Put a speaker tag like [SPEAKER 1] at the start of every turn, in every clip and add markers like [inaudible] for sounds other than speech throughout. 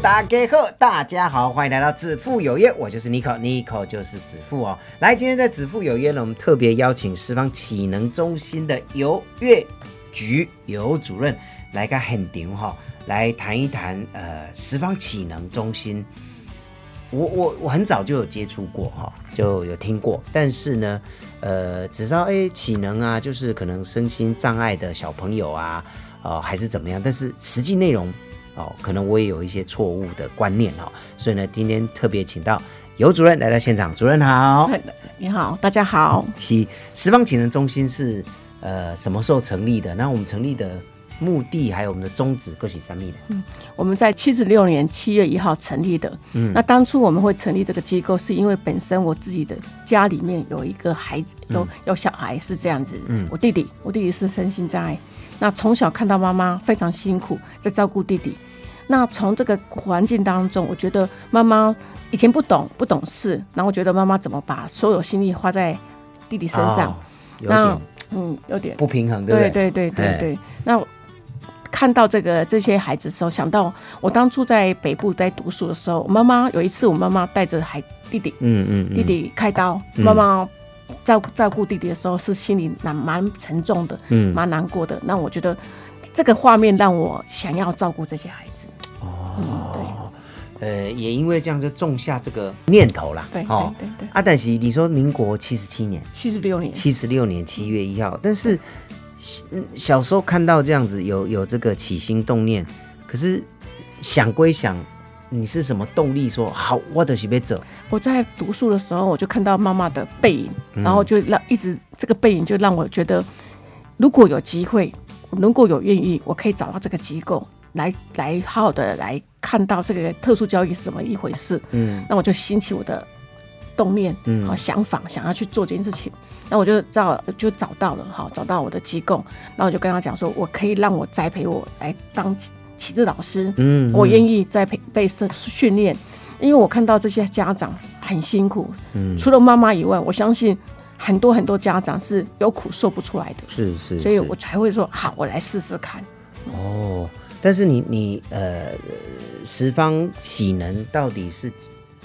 [SPEAKER 1] 大家好，大家好，欢迎来到子父有约，我就是 Nico，Nico 就是子父哦。来，今天在子父有约呢，我们特别邀请十方启能中心的游乐局游主任来个很牛哈，来谈一谈呃十方启能中心。我我我很早就有接触过哈，就有听过，但是呢，呃，只知道哎启能啊，就是可能身心障碍的小朋友啊，哦、还是怎么样，但是实际内容哦，可能我也有一些错误的观念哈、哦，所以呢，今天特别请到尤主任来到现场，主任好，
[SPEAKER 2] 你好，大家好。
[SPEAKER 1] 西十方启能中心是呃什么时候成立的？那我们成立的目的还有我们的宗旨各是三密的，
[SPEAKER 2] 我们在七十六年七月一号成立的。嗯，那当初我们会成立这个机构，是因为本身我自己的家里面有一个孩子，有有小孩是这样子。嗯，我弟弟，我弟弟是身心障碍，那从小看到妈妈非常辛苦在照顾弟弟。那从这个环境当中，我觉得妈妈以前不懂不懂事，然后我觉得妈妈怎么把所有心力花在弟弟身上，
[SPEAKER 1] 哦有
[SPEAKER 2] 那
[SPEAKER 1] 点
[SPEAKER 2] 嗯有点
[SPEAKER 1] 不平衡，对不对？
[SPEAKER 2] 对对对
[SPEAKER 1] 哎
[SPEAKER 2] 对对那我看到这个这些孩子的时候，想到我当初在北部在读书的时候，我妈妈有一次，我妈妈带着孩弟弟，
[SPEAKER 1] 嗯嗯嗯，
[SPEAKER 2] 弟弟开刀，妈妈照顾照顾弟弟的时候是心里蛮蛮沉重的，
[SPEAKER 1] 嗯
[SPEAKER 2] 蛮难过的。那我觉得这个画面让我想要照顾这些孩子。哦，
[SPEAKER 1] 呃，也因为这样就种下这个念头啦。
[SPEAKER 2] 对对对对
[SPEAKER 1] 啊，但是你说民国七十七年，
[SPEAKER 2] 七十六年，
[SPEAKER 1] 七十六年七月一号，但是小嗯小时候看到这样子有有这个起心动念，可是想归想，你是什么动力说好我的是被走？
[SPEAKER 2] 我在读书的时候，我就看到妈妈的背影，
[SPEAKER 1] 嗯
[SPEAKER 2] 然后就让一直这个背影就让我觉得，如果有机会，如果有愿意，我可以找到这个机构来来好好的来看到这个特殊教育是怎么一回事。嗯，那我就兴起我的动念，嗯，好想法，想要去做这件事情。那我就找就找到了，好找到我的机构，那我就跟他讲说，我可以让我栽培我来当启启智老师，嗯，我愿意栽培被训练，因为我看到这些家长很辛苦，嗯，除了妈妈以外，我相信很多很多家长是有苦说不出来的，
[SPEAKER 1] 是是，
[SPEAKER 2] 所以
[SPEAKER 1] 是
[SPEAKER 2] 我才会说好，我来试试看。
[SPEAKER 1] 哦，但是你你呃，十方启能到底是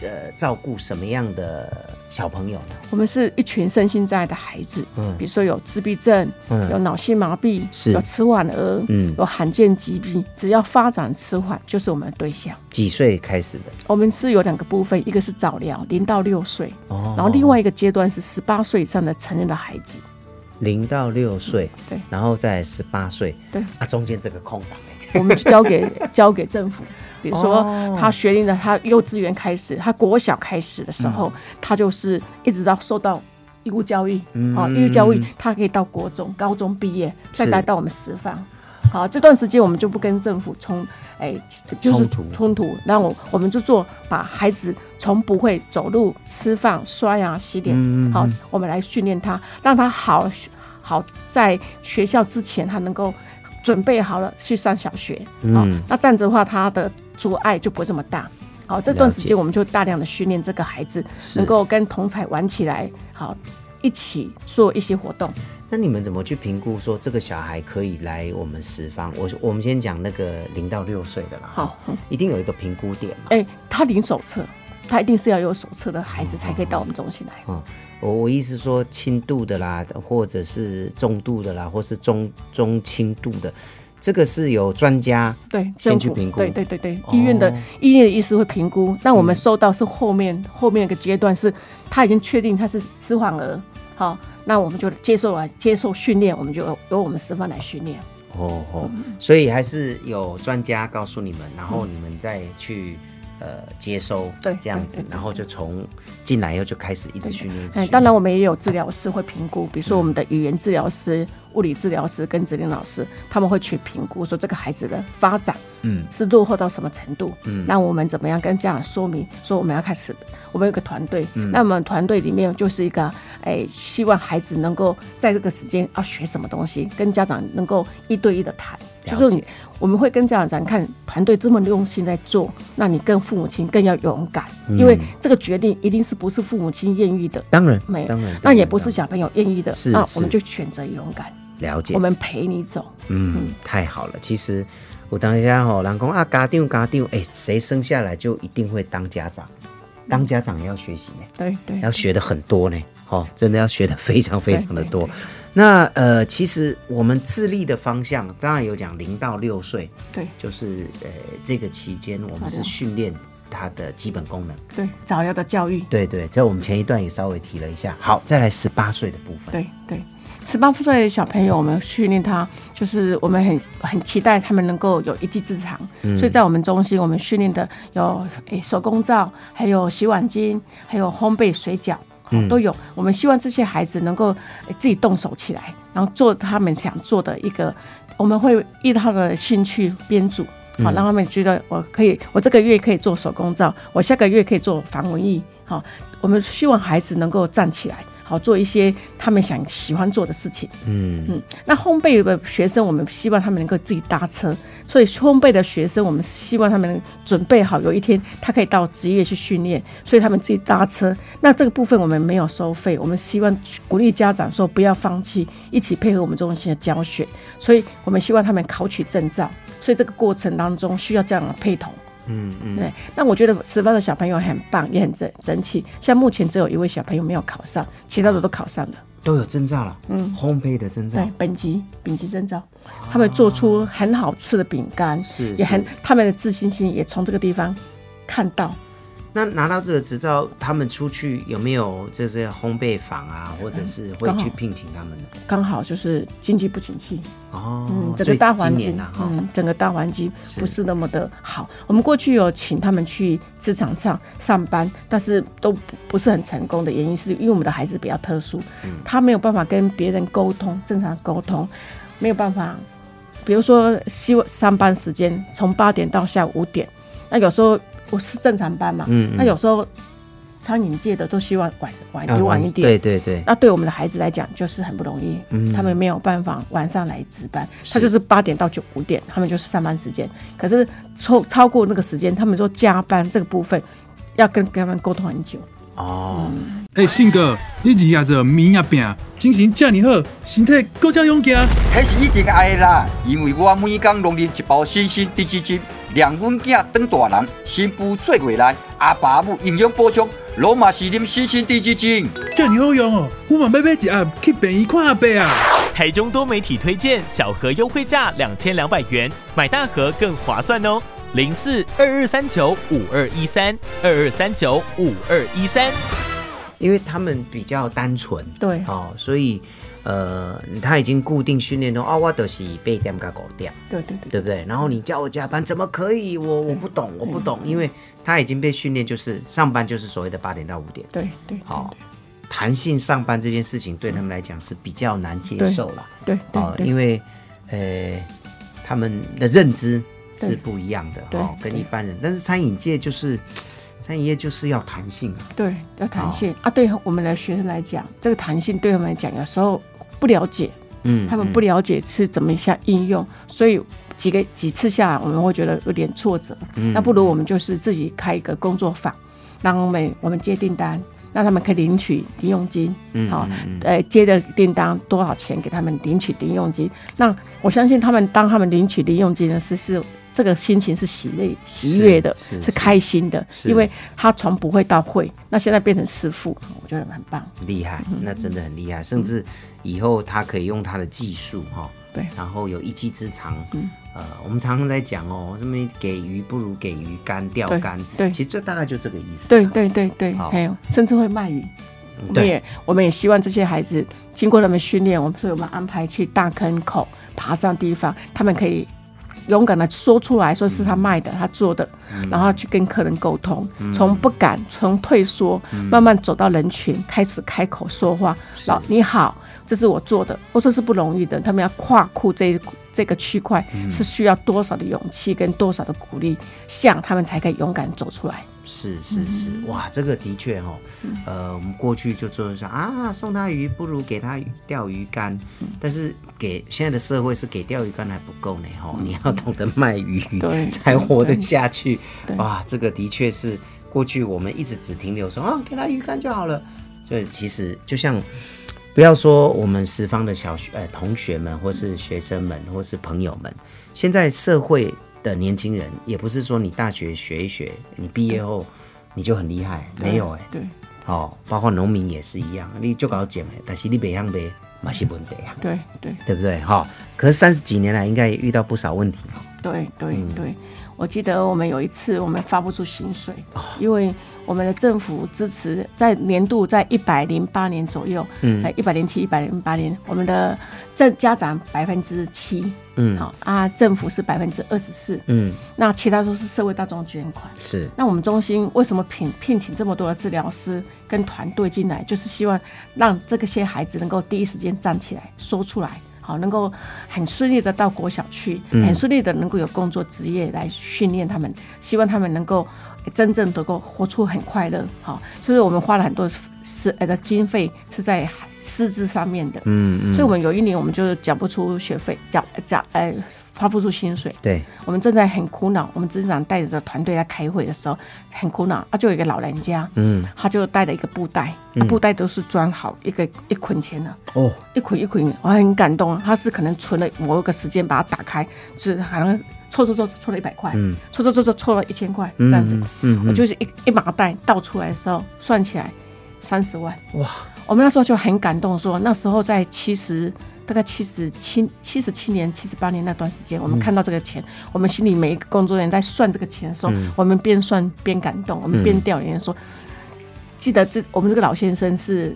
[SPEAKER 1] 呃照顾什么样的小朋友呢？
[SPEAKER 2] 我们是一群身心障碍的孩子，嗯，比如说有自闭症，嗯，有脑性麻痹，
[SPEAKER 1] 是
[SPEAKER 2] 有迟缓儿，
[SPEAKER 1] 嗯
[SPEAKER 2] 有罕见疾病，只要发展迟缓，就是我们的对象。
[SPEAKER 1] 几岁开始的？
[SPEAKER 2] 我们是有两个部分，一个是早疗，零到六岁，
[SPEAKER 1] 哦
[SPEAKER 2] 然后另外一个阶段是十八岁以上的成人的孩子。
[SPEAKER 1] 零到六岁，
[SPEAKER 2] 嗯对
[SPEAKER 1] 然后再十八岁，
[SPEAKER 2] 对
[SPEAKER 1] 啊，中间这个空档、欸，
[SPEAKER 2] 我们就交给交给政府。比如说
[SPEAKER 1] 哦，
[SPEAKER 2] 他学龄的，他幼稚园开始，他国小开始的时
[SPEAKER 1] 嗯
[SPEAKER 2] 候，他就是一直到受到义务教育，啊，义务教育，他可以到国中、高中毕业，再
[SPEAKER 1] 嗯是
[SPEAKER 2] 来到我们十方。好，这段时间我们就不跟政府冲，哎，就
[SPEAKER 1] 冲
[SPEAKER 2] 是
[SPEAKER 1] 突
[SPEAKER 2] 冲突。那我我们就做，把孩子从不会走路、吃饭、刷牙、洗脸，
[SPEAKER 1] 嗯
[SPEAKER 2] 好，我们来训练他，让他好好在学校之前，他能够准备好了去上小学。
[SPEAKER 1] 嗯
[SPEAKER 2] 好、那这样子的话，他的阻碍就不会这么大。好，这段时
[SPEAKER 1] 了解
[SPEAKER 2] 间我们就大量的训练这个孩子，能够跟同才玩起来，好，一起做一些活动。
[SPEAKER 1] 那你们怎么去评估说这个小孩可以来我们十方？我我们先讲那个零到六岁的啦，
[SPEAKER 2] 好，嗯
[SPEAKER 1] 一定有一个评估点嘛。
[SPEAKER 2] 哎、他领手册，他一定是要有手册的孩子才可以到我们中心来。
[SPEAKER 1] 嗯，我我意思说轻度的啦，或者是重度的啦，或是中中轻度的，这个是有专家
[SPEAKER 2] 对，
[SPEAKER 1] 先
[SPEAKER 2] 政
[SPEAKER 1] 去
[SPEAKER 2] 府
[SPEAKER 1] 评估哦
[SPEAKER 2] 对对对对，医院的医院的医师会评估。那我们收到是后面、后面一个阶段是，他已经确定他是迟缓儿，好，那我们就接受来接受训练，我们就由由我们师范来训练。嗯
[SPEAKER 1] 哦哦，所以还是有专家告诉你们，然后你们再去呃接收，
[SPEAKER 2] 对
[SPEAKER 1] 这样子
[SPEAKER 2] 嗯嗯，
[SPEAKER 1] 然后就从进来以后就开始一直训练，一直训
[SPEAKER 2] 哎，
[SPEAKER 1] 练
[SPEAKER 2] 当然我们也有治疗师会评估，比如说我们的语言治疗师、物理治疗师跟指令老师，他们会去评估说这个孩子的发展，
[SPEAKER 1] 嗯
[SPEAKER 2] 是落后到什么程度，嗯，那我们怎么样跟家长说明说我们要开始，我们有个团队，
[SPEAKER 1] 嗯
[SPEAKER 2] 那我们团队里面就是一个，哎，希望孩子能够在这个时间要学什么东西，跟家长能够一对一的谈，
[SPEAKER 1] 了解
[SPEAKER 2] 就是你我们会跟家长讲，看团队这么用心在做，那你跟父母亲更要勇敢，因为这个决定一定是不是父母亲愿意的，
[SPEAKER 1] 嗯当然
[SPEAKER 2] 没有
[SPEAKER 1] 当然，，
[SPEAKER 2] 那也
[SPEAKER 1] 当
[SPEAKER 2] 不是
[SPEAKER 1] 然
[SPEAKER 2] 小朋友愿意的，
[SPEAKER 1] 是
[SPEAKER 2] 那
[SPEAKER 1] 是
[SPEAKER 2] 我们就选择勇敢，
[SPEAKER 1] 了解
[SPEAKER 2] 我，们陪你走。
[SPEAKER 1] 嗯，太好了。其实我当下吼，人讲啊，家长家长，哎、谁生下来就一定会当家长，当家长要学习呢、
[SPEAKER 2] 对对
[SPEAKER 1] 要学的很多呢。哦，真的要学的非常非常的
[SPEAKER 2] 对对
[SPEAKER 1] 多。那呃，其实我们致力的方向，刚刚有讲零到六岁，
[SPEAKER 2] 对
[SPEAKER 1] 就是呃这个期间我们
[SPEAKER 2] 早
[SPEAKER 1] 是
[SPEAKER 2] 疗
[SPEAKER 1] 训练他的基本功能。
[SPEAKER 2] 对，早疗的教育，
[SPEAKER 1] 对对，这我们前一段也稍微提了一下。好，再来十八岁的部分。
[SPEAKER 2] 对对。十八岁的小朋友，我们训练他，就是我们很很期待他们能够有一技之长，所以在我们中心，我们训练的有诶手工皂，还有洗碗巾，还有烘焙水饺，哦都有。我们希望这些孩子能够诶自己动手起来，然后做他们想做的一个，我们会依他的兴趣编组。好，让他们觉得我可以，我这个月可以做手工皂，我下个月可以做防蚊液。好，我们希望孩子能够站起来，好做一些他们想喜欢做的事情。嗯嗯，那烘焙的学生，我们希望他们能够自己搭车，所以烘焙的学生，我们希望他们准备好，有一天他可以到职业去训练，所以他们自己搭车。那这个部分我们没有收费，我们希望鼓励家长说不要放弃，一起配合我们中心的教学。所以我们希望他们考取证照，所以这个过程当中需要家长的配同。对，那我觉得十八的小朋友很棒，也很争争气。像目前只有一位小朋友没有考上，其他的都考上了。
[SPEAKER 1] 都有征兆了，嗯，烘焙的征兆
[SPEAKER 2] 对，，本级丙级证照，他们做出很好吃的饼干，
[SPEAKER 1] 是
[SPEAKER 2] 也很
[SPEAKER 1] 是
[SPEAKER 2] 他们的自信心也从这个地方看到。
[SPEAKER 1] 那拿到这个执照，他们出去有没有这些烘焙坊啊，或者是会
[SPEAKER 2] 嗯刚好
[SPEAKER 1] 去聘请他们的？
[SPEAKER 2] 刚好就是经济不景气，
[SPEAKER 1] 哦，
[SPEAKER 2] 嗯，
[SPEAKER 1] 所
[SPEAKER 2] 整个
[SPEAKER 1] 以
[SPEAKER 2] 大环
[SPEAKER 1] 今
[SPEAKER 2] 境
[SPEAKER 1] 年啊，，哈、
[SPEAKER 2] 嗯，整个大环境不是那么的好。我们过去有请他们去职场上上班，但是都不不是很成功的原因，是因为我们的孩子比较特殊，
[SPEAKER 1] 嗯
[SPEAKER 2] 他没有办法跟别人沟通，正常沟通，没有办法。比如说，希望上班时间从八点到下午五点，那有时候我是正常班嘛，
[SPEAKER 1] 嗯
[SPEAKER 2] 那有时候餐饮界的都希望晚晚
[SPEAKER 1] 啊
[SPEAKER 2] 你晚一点，啊
[SPEAKER 1] 对对对，
[SPEAKER 2] 那对我们的孩子来讲就是很不容易，
[SPEAKER 1] 嗯
[SPEAKER 2] 他们没有办法晚上来值班，他就是八点到九五点，他们就是上班时间。可是超超过那个时间，他们说加班这个部分要跟跟他们沟通很久。
[SPEAKER 1] 哦，
[SPEAKER 3] 哎、信哥，你一下子面也饼，啊精神遮尼好，身体更加勇健。
[SPEAKER 4] 迄是以前爱的啦，因为我每天拢啉一包新鲜低脂汁，让阮囝当大人，新妇做未来，阿爸母营养补充，拢嘛是啉新鲜低脂精。
[SPEAKER 3] 遮尼好用哦，我嘛要买一盒去病院看阿伯啊。
[SPEAKER 5] 台中多媒体推荐小盒优惠价两千两百元，买大盒更划算哦。零四二二三九五二一三二二三九五二一三。
[SPEAKER 1] 因为他们比较单纯，
[SPEAKER 2] 对
[SPEAKER 1] 哦，所以呃，他已经固定训练中啊，我都是八点加五点，
[SPEAKER 2] 对对对，
[SPEAKER 1] 对不对？然后你叫我加班，怎么可以？我我不懂，我不懂，
[SPEAKER 2] 嗯
[SPEAKER 1] 因为他已经被训练，就是上班就是所谓的八点到五点，
[SPEAKER 2] 对对，
[SPEAKER 1] 好、弹性上班这件事情对他们来讲是比较难接受啦。
[SPEAKER 2] 对对
[SPEAKER 1] 哦，
[SPEAKER 2] 对
[SPEAKER 1] 因为呃，他们的认知是
[SPEAKER 2] 对
[SPEAKER 1] 不一样的
[SPEAKER 2] 对
[SPEAKER 1] 哦，跟
[SPEAKER 2] 对
[SPEAKER 1] 一般人。但是餐饮界就是，餐饮业就是要弹性啊。
[SPEAKER 2] 对，要弹性啊！对我们的学生来讲，这个弹性对我们来讲，有时候不了解，
[SPEAKER 1] 嗯
[SPEAKER 2] 他们不了解是怎么下应用，所以几个几次下来，我们会觉得有点挫折。
[SPEAKER 1] 嗯
[SPEAKER 2] 那不如我们就是自己开一个工作坊，让我们我们接订单，让他们可以领取零用金，
[SPEAKER 1] 嗯
[SPEAKER 2] 好、呃，接的订单多少钱给他们领取零用金。那我相信他们当他们领取零用金的时是。这个心情是喜悦、喜悦的，
[SPEAKER 1] 是是
[SPEAKER 2] 是开心的，
[SPEAKER 1] 是
[SPEAKER 2] 因为他从不会到会，那现在变成师傅，我觉得很棒。
[SPEAKER 1] 嗯厉害，
[SPEAKER 2] 嗯
[SPEAKER 1] 那真的很厉害。甚至以后他可以用他的技术哈、哦，
[SPEAKER 2] 嗯对嗯
[SPEAKER 1] 然后有一技之长。呃，我们常常在讲哦，什么给鱼不如给鱼竿钓
[SPEAKER 2] 对
[SPEAKER 1] 竿，
[SPEAKER 2] 对
[SPEAKER 1] 其实这大概就这个意思。
[SPEAKER 2] 对，对对对，
[SPEAKER 1] 好
[SPEAKER 2] 还有甚至会卖鱼。我们
[SPEAKER 1] 对
[SPEAKER 2] 也我们也希望这些孩子经过他们训练，我们所以我们安排去大坑口爬上地方，他们可以勇敢的说出来说是他卖的，他做的，
[SPEAKER 1] 嗯
[SPEAKER 2] 然后去跟客人沟通，从不敢，从退缩，
[SPEAKER 1] 嗯
[SPEAKER 2] 慢慢走到人群，开始开口说话。老你好，这是我做的，我说是不容易的，他们要跨库这一这个区块
[SPEAKER 1] 嗯
[SPEAKER 2] 是需要多少的勇气跟多少的鼓励，向他们才可以勇敢走出来。
[SPEAKER 1] 是是是，
[SPEAKER 2] 嗯
[SPEAKER 1] 哇，这个的确哈、哦，呃，我们过去就做说啊，送他鱼不如给他鱼钓鱼竿，
[SPEAKER 2] 嗯
[SPEAKER 1] 但是给现在的社会是给钓鱼竿还不够呢，哈、你要懂得卖鱼
[SPEAKER 2] 嗯 [laughs]
[SPEAKER 1] [laughs]
[SPEAKER 2] 对
[SPEAKER 1] 才活得下去
[SPEAKER 2] 对，
[SPEAKER 1] 哇，这个的确是过去我们一直只停留说啊，给他鱼竿就好了，所以其实就像。不要说我们十方的小学呃同学们，或是学生们，或是朋友们，现在社会的年轻人，也不是说你大学学一学，你毕业后你就很厉害，没有哎、
[SPEAKER 2] 对
[SPEAKER 1] 哦，包括农民也是一样，你就搞捡哎，但是你北样呗，嘛是问题啊，
[SPEAKER 2] 对对
[SPEAKER 1] 对不对哈、可是三十几年来，应该也遇到不少问题哦。
[SPEAKER 2] 对对对，我记得我们有一次我们发不出薪水，因为我们的政府支持在年度在一百零八年左右，嗯，一百零七、一百零八年，我们的政家长百分之七，嗯，好啊，政府是百分之二十四，
[SPEAKER 1] 嗯，
[SPEAKER 2] 那其他都是社会大众捐款。
[SPEAKER 1] 是
[SPEAKER 2] 那我们中心为什么聘聘请这么多的治疗师跟团队进来，就是希望让这个些孩子能够第一时间站起来说出来，好，能够很顺利的到国小去，嗯很顺利的能够有工作职业来训练他们，希望他们能够呃真正能够活出很快乐，好，所以我们花了很多是呃的经费是在师资上面的，嗯嗯，所以我们有一年我们就缴不出学费，缴缴呃发不出薪水，
[SPEAKER 1] 对，
[SPEAKER 2] 我们正在很苦恼，我们执行长带着团队在开会的时候很苦恼啊，就有一个老人家，嗯，他就带了一个布袋，那布袋都是装好一个一捆钱的，
[SPEAKER 1] 哦，
[SPEAKER 2] 一捆一捆，我很感动啊，他是可能存了某一个时间把它打开，就是好像凑凑凑凑了一百块，嗯，凑凑凑凑凑了一千块这样子，嗯，我就是一一麻袋倒出来的时候算起来三十万，
[SPEAKER 1] 哇，
[SPEAKER 2] 我们那时候就很感动说那时候在七十。大概七十七、七十七年、七十八年那段时间，我们看到这个钱，我们心里每一个工作人员在算这个钱的时候，我们边算边感动，我们边掉眼泪说：“记得这我们这个老先生是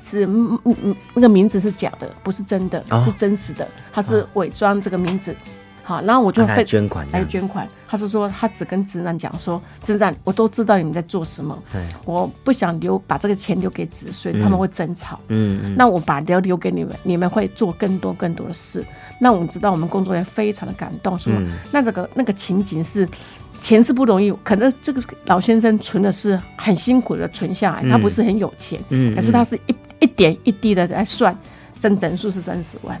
[SPEAKER 2] 是嗯嗯嗯那个名字是假的，不是真的，
[SPEAKER 1] 哦
[SPEAKER 2] 是真实的，他是伪装这个名字。好，然后我就
[SPEAKER 1] 啊他
[SPEAKER 2] 非
[SPEAKER 1] 来捐款这
[SPEAKER 2] 来
[SPEAKER 1] 样
[SPEAKER 2] 捐款。他是说，他只跟直男讲说，直男，我都知道你们在做什么
[SPEAKER 1] 对，
[SPEAKER 2] 我不想留把这个钱留给子孙，他们会争吵。
[SPEAKER 1] 嗯嗯，
[SPEAKER 2] 那我把留留给你们，你们会做更多更多的事。那我们知道，我们工作人员非常的感动，说、
[SPEAKER 1] 嗯
[SPEAKER 2] 那这个那个情景是。钱是不容易，可能这个老先生存的是很辛苦的存下来，
[SPEAKER 1] 嗯
[SPEAKER 2] 他不是很有钱，可是他是一一点一滴的来算，真整数是三十万，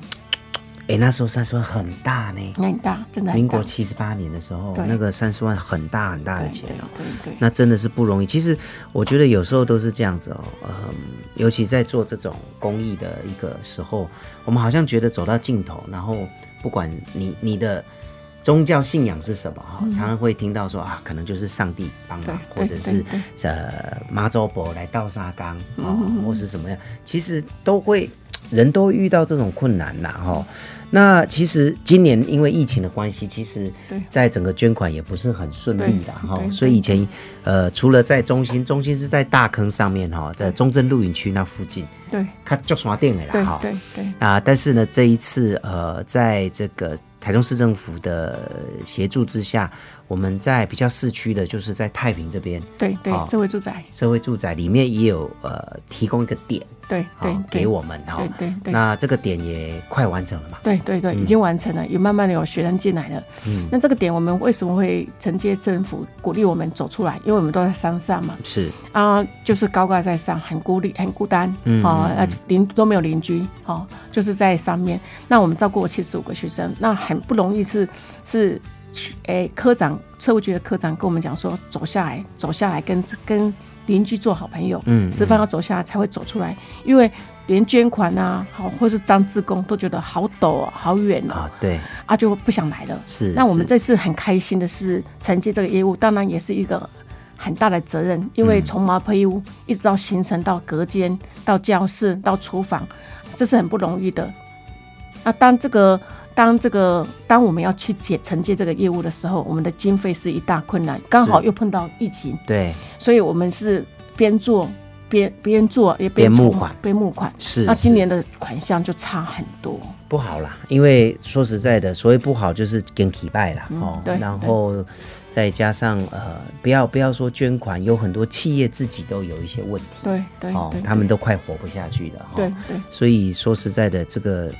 [SPEAKER 1] 哎，那时候三十万很大呢，
[SPEAKER 2] 哦那很大，真的很大。
[SPEAKER 1] 民国七十八年的时候
[SPEAKER 2] 对，
[SPEAKER 1] 那个三十万很大很大的
[SPEAKER 2] 对
[SPEAKER 1] 钱哦。
[SPEAKER 2] 对对对，
[SPEAKER 1] 那真的是不容易。其实我觉得有时候都是这样子哦，嗯，尤其在做这种公益的一个时候，我们好像觉得走到尽头，然后不管你你的宗教信仰是什么哈，常常会听到说啊，可能就是上帝帮忙，
[SPEAKER 2] 嗯对
[SPEAKER 1] 或者是
[SPEAKER 2] 对对嗯
[SPEAKER 1] 呃妈祖婆来倒沙缸哦，或是什么样，其实都会人都会遇到这种困难呐哈、哦。那其实今年因为疫情的关系，其实
[SPEAKER 2] 对
[SPEAKER 1] 在整个捐款也不是很顺利的
[SPEAKER 2] 对
[SPEAKER 1] 哈，
[SPEAKER 2] 对
[SPEAKER 1] 所以以前呃除了在中心，中心是在大坑上面哈，在中正露营区那附近，
[SPEAKER 2] 对
[SPEAKER 1] 它就刷店了啦
[SPEAKER 2] 对
[SPEAKER 1] 哈。
[SPEAKER 2] 对对，
[SPEAKER 1] 啊，但是呢，这一次呃，在这个台中市政府的呃协助之下，我们在比较市区的，就是在太平这边
[SPEAKER 2] 对
[SPEAKER 1] 好
[SPEAKER 2] 对，社会住宅，
[SPEAKER 1] 社会住宅里面也有呃提供一个点，
[SPEAKER 2] 对
[SPEAKER 1] 好、
[SPEAKER 2] 对对
[SPEAKER 1] 给我们哈、
[SPEAKER 2] 对对对
[SPEAKER 1] 那嗯这个点也快完成了嘛？
[SPEAKER 2] 对对对，已经完成了，也慢慢的有学生进来了。嗯，那这个点我们为什么会承接政府鼓励我们走出来？因为我们都在山上嘛，
[SPEAKER 1] 是
[SPEAKER 2] 啊，就是高高在上，很孤立，很孤单，嗯啊，呃邻都没有邻居，哦，就是在上面。那我们照顾了七十五个学生，那很不容易是，是诶、科长社会局的科长跟我们讲说，走下来，走下来跟跟邻居做好朋友，嗯，吃饭要走下来才会走出来，因为连捐款啊，好或是当志工都觉得好陡、啊，好远哦
[SPEAKER 1] 啊，对，
[SPEAKER 2] 啊就不想来了。
[SPEAKER 1] 是
[SPEAKER 2] 那我们
[SPEAKER 1] 是
[SPEAKER 2] 这次很开心的是承接这个业务，当然也是一个很大的责
[SPEAKER 1] 嗯
[SPEAKER 2] 任，嗯因为从毛坯屋一直到形成到隔间、到教室、到厨房，这是很不容易的。那当这个当这个当我们要去解承接这个业务的时候，我们的经费是一大困难，刚好又碰到疫情，
[SPEAKER 1] 对，
[SPEAKER 2] 所以我们是边做边边做也
[SPEAKER 1] 边
[SPEAKER 2] 筹
[SPEAKER 1] 募款
[SPEAKER 2] 边募款。
[SPEAKER 1] 是
[SPEAKER 2] 那今
[SPEAKER 1] 是
[SPEAKER 2] 年的款项就差很多，
[SPEAKER 1] 不好啦，因为说实在的，所谓不好就是跟体败啦，哦，
[SPEAKER 2] 嗯对
[SPEAKER 1] 然后再加上呃，不要不要说捐款，有很多企业自己都有一些问题，
[SPEAKER 2] 对对
[SPEAKER 1] 哦
[SPEAKER 2] 对，，
[SPEAKER 1] 他们都哦快活不下去了，哈、
[SPEAKER 2] 对对
[SPEAKER 1] 所以说实在的，这个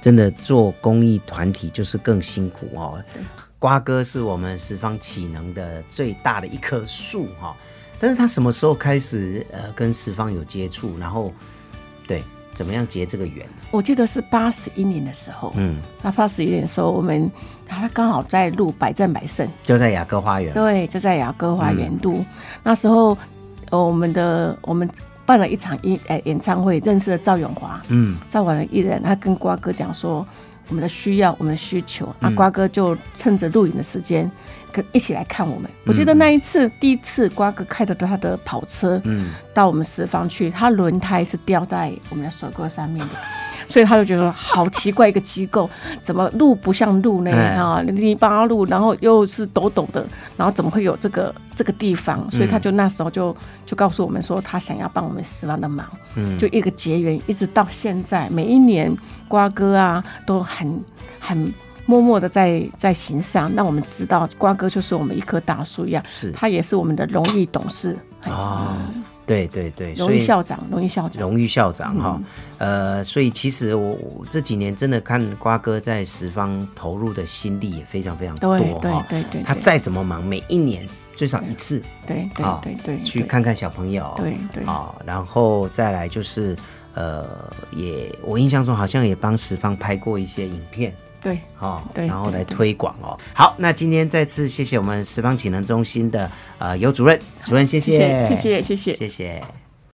[SPEAKER 1] 真的做公益团体就是更辛苦哦。瓜哥是我们十方启能的最大的一棵树哈、但是他什么时候开始呃跟十方有接触，然后对怎么样结这个缘？
[SPEAKER 2] 我记得是八十一年的时候，
[SPEAKER 1] 嗯，
[SPEAKER 2] 那八十一年的时候，我们他刚好在录百战百胜，
[SPEAKER 1] 就在雅各花园。
[SPEAKER 2] 对，就在雅各花园都。那时候，呃，我们的我们办了一场音呃演唱会，认识了赵永华，
[SPEAKER 1] 嗯，
[SPEAKER 2] 赵永华的艺人，他跟瓜哥讲说我们的需要，我们的需求，那、瓜哥就趁着录影的时间。跟一起来看我们，我觉得那一次、第一次瓜哥开着他的跑车，嗯，到我们十方去，他轮胎是吊在我们的手铐上面的， [laughs] 所以他就觉得好奇怪，一个机构怎么路不像路呢？
[SPEAKER 1] 哎
[SPEAKER 2] 啊，泥巴路，然后又是抖抖的，然后怎么会有这个这个地方？所以他就那时候就就告诉我们说，他想要帮我们十万的忙，嗯，就一个结缘，一直到现在，每一年瓜哥啊都很很。默默的在在行善，让我们知道瓜哥就是我们一棵大树一样，
[SPEAKER 1] 是
[SPEAKER 2] 他也是我们的荣誉董事、哎
[SPEAKER 1] 啊、对对对，
[SPEAKER 2] 荣
[SPEAKER 1] 所
[SPEAKER 2] 誉
[SPEAKER 1] 以
[SPEAKER 2] 校长、嗯荣誉校长。
[SPEAKER 1] 荣誉校长哈、呃，所以其实我我这几年真的看瓜哥在十方投入的心力也非常非常多哦
[SPEAKER 2] 对
[SPEAKER 1] 哈、
[SPEAKER 2] 对对对，
[SPEAKER 1] 他
[SPEAKER 2] 哎对
[SPEAKER 1] 再怎么忙，每一年最少一次
[SPEAKER 2] 对对
[SPEAKER 1] 啊
[SPEAKER 2] 对对
[SPEAKER 1] 去
[SPEAKER 2] 嗯对
[SPEAKER 1] 看看小朋友，
[SPEAKER 2] 对对
[SPEAKER 1] 啊，然后再来就是呃，也我印象中好像也帮十方拍过一些影片。
[SPEAKER 2] 对
[SPEAKER 1] 哦，
[SPEAKER 2] 对
[SPEAKER 1] 然后
[SPEAKER 2] 对
[SPEAKER 1] 来
[SPEAKER 2] 对
[SPEAKER 1] 推广哦。好，那今天再次谢谢我们十方启能中心的呃尤主任，主任谢
[SPEAKER 2] 谢谢谢谢谢
[SPEAKER 1] 谢
[SPEAKER 2] 谢。
[SPEAKER 1] 谢。